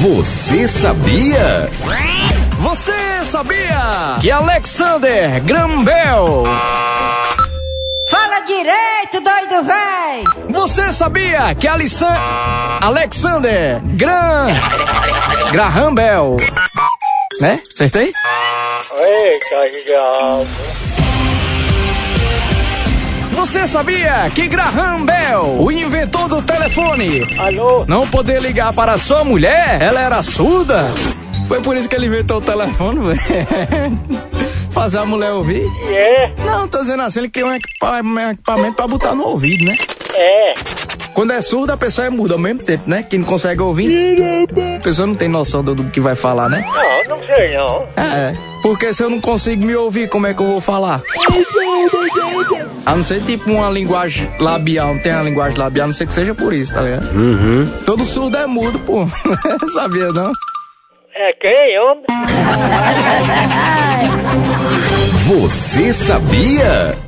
Você sabia? Você sabia que Alexander Graham Bell Fala direito, doido véi! Você sabia que Alissan... Alexander Graham... Graham Bell... Né? Acertei? Você sabia que Graham Bell, o inventor do telefone, Alô? não poder ligar para sua mulher? Ela era surda? Foi por isso que ele inventou o telefone, velho. Fazer a mulher ouvir? É, Não, tô dizendo assim, ele criou um equipa- um equipamento pra botar no ouvido, né? é. Quando é surdo, a pessoa é muda ao mesmo tempo, né? Que não consegue ouvir. A pessoa não tem noção do, do que vai falar, né? Não, não sei não. É, é. Porque se eu não consigo me ouvir, como é que eu vou falar? A não ser tipo uma linguagem labial, não tem uma linguagem labial, a não ser que seja por isso, tá ligado? Uhum. Todo surdo é mudo, pô. Sabia não? É quem, homem? Você sabia?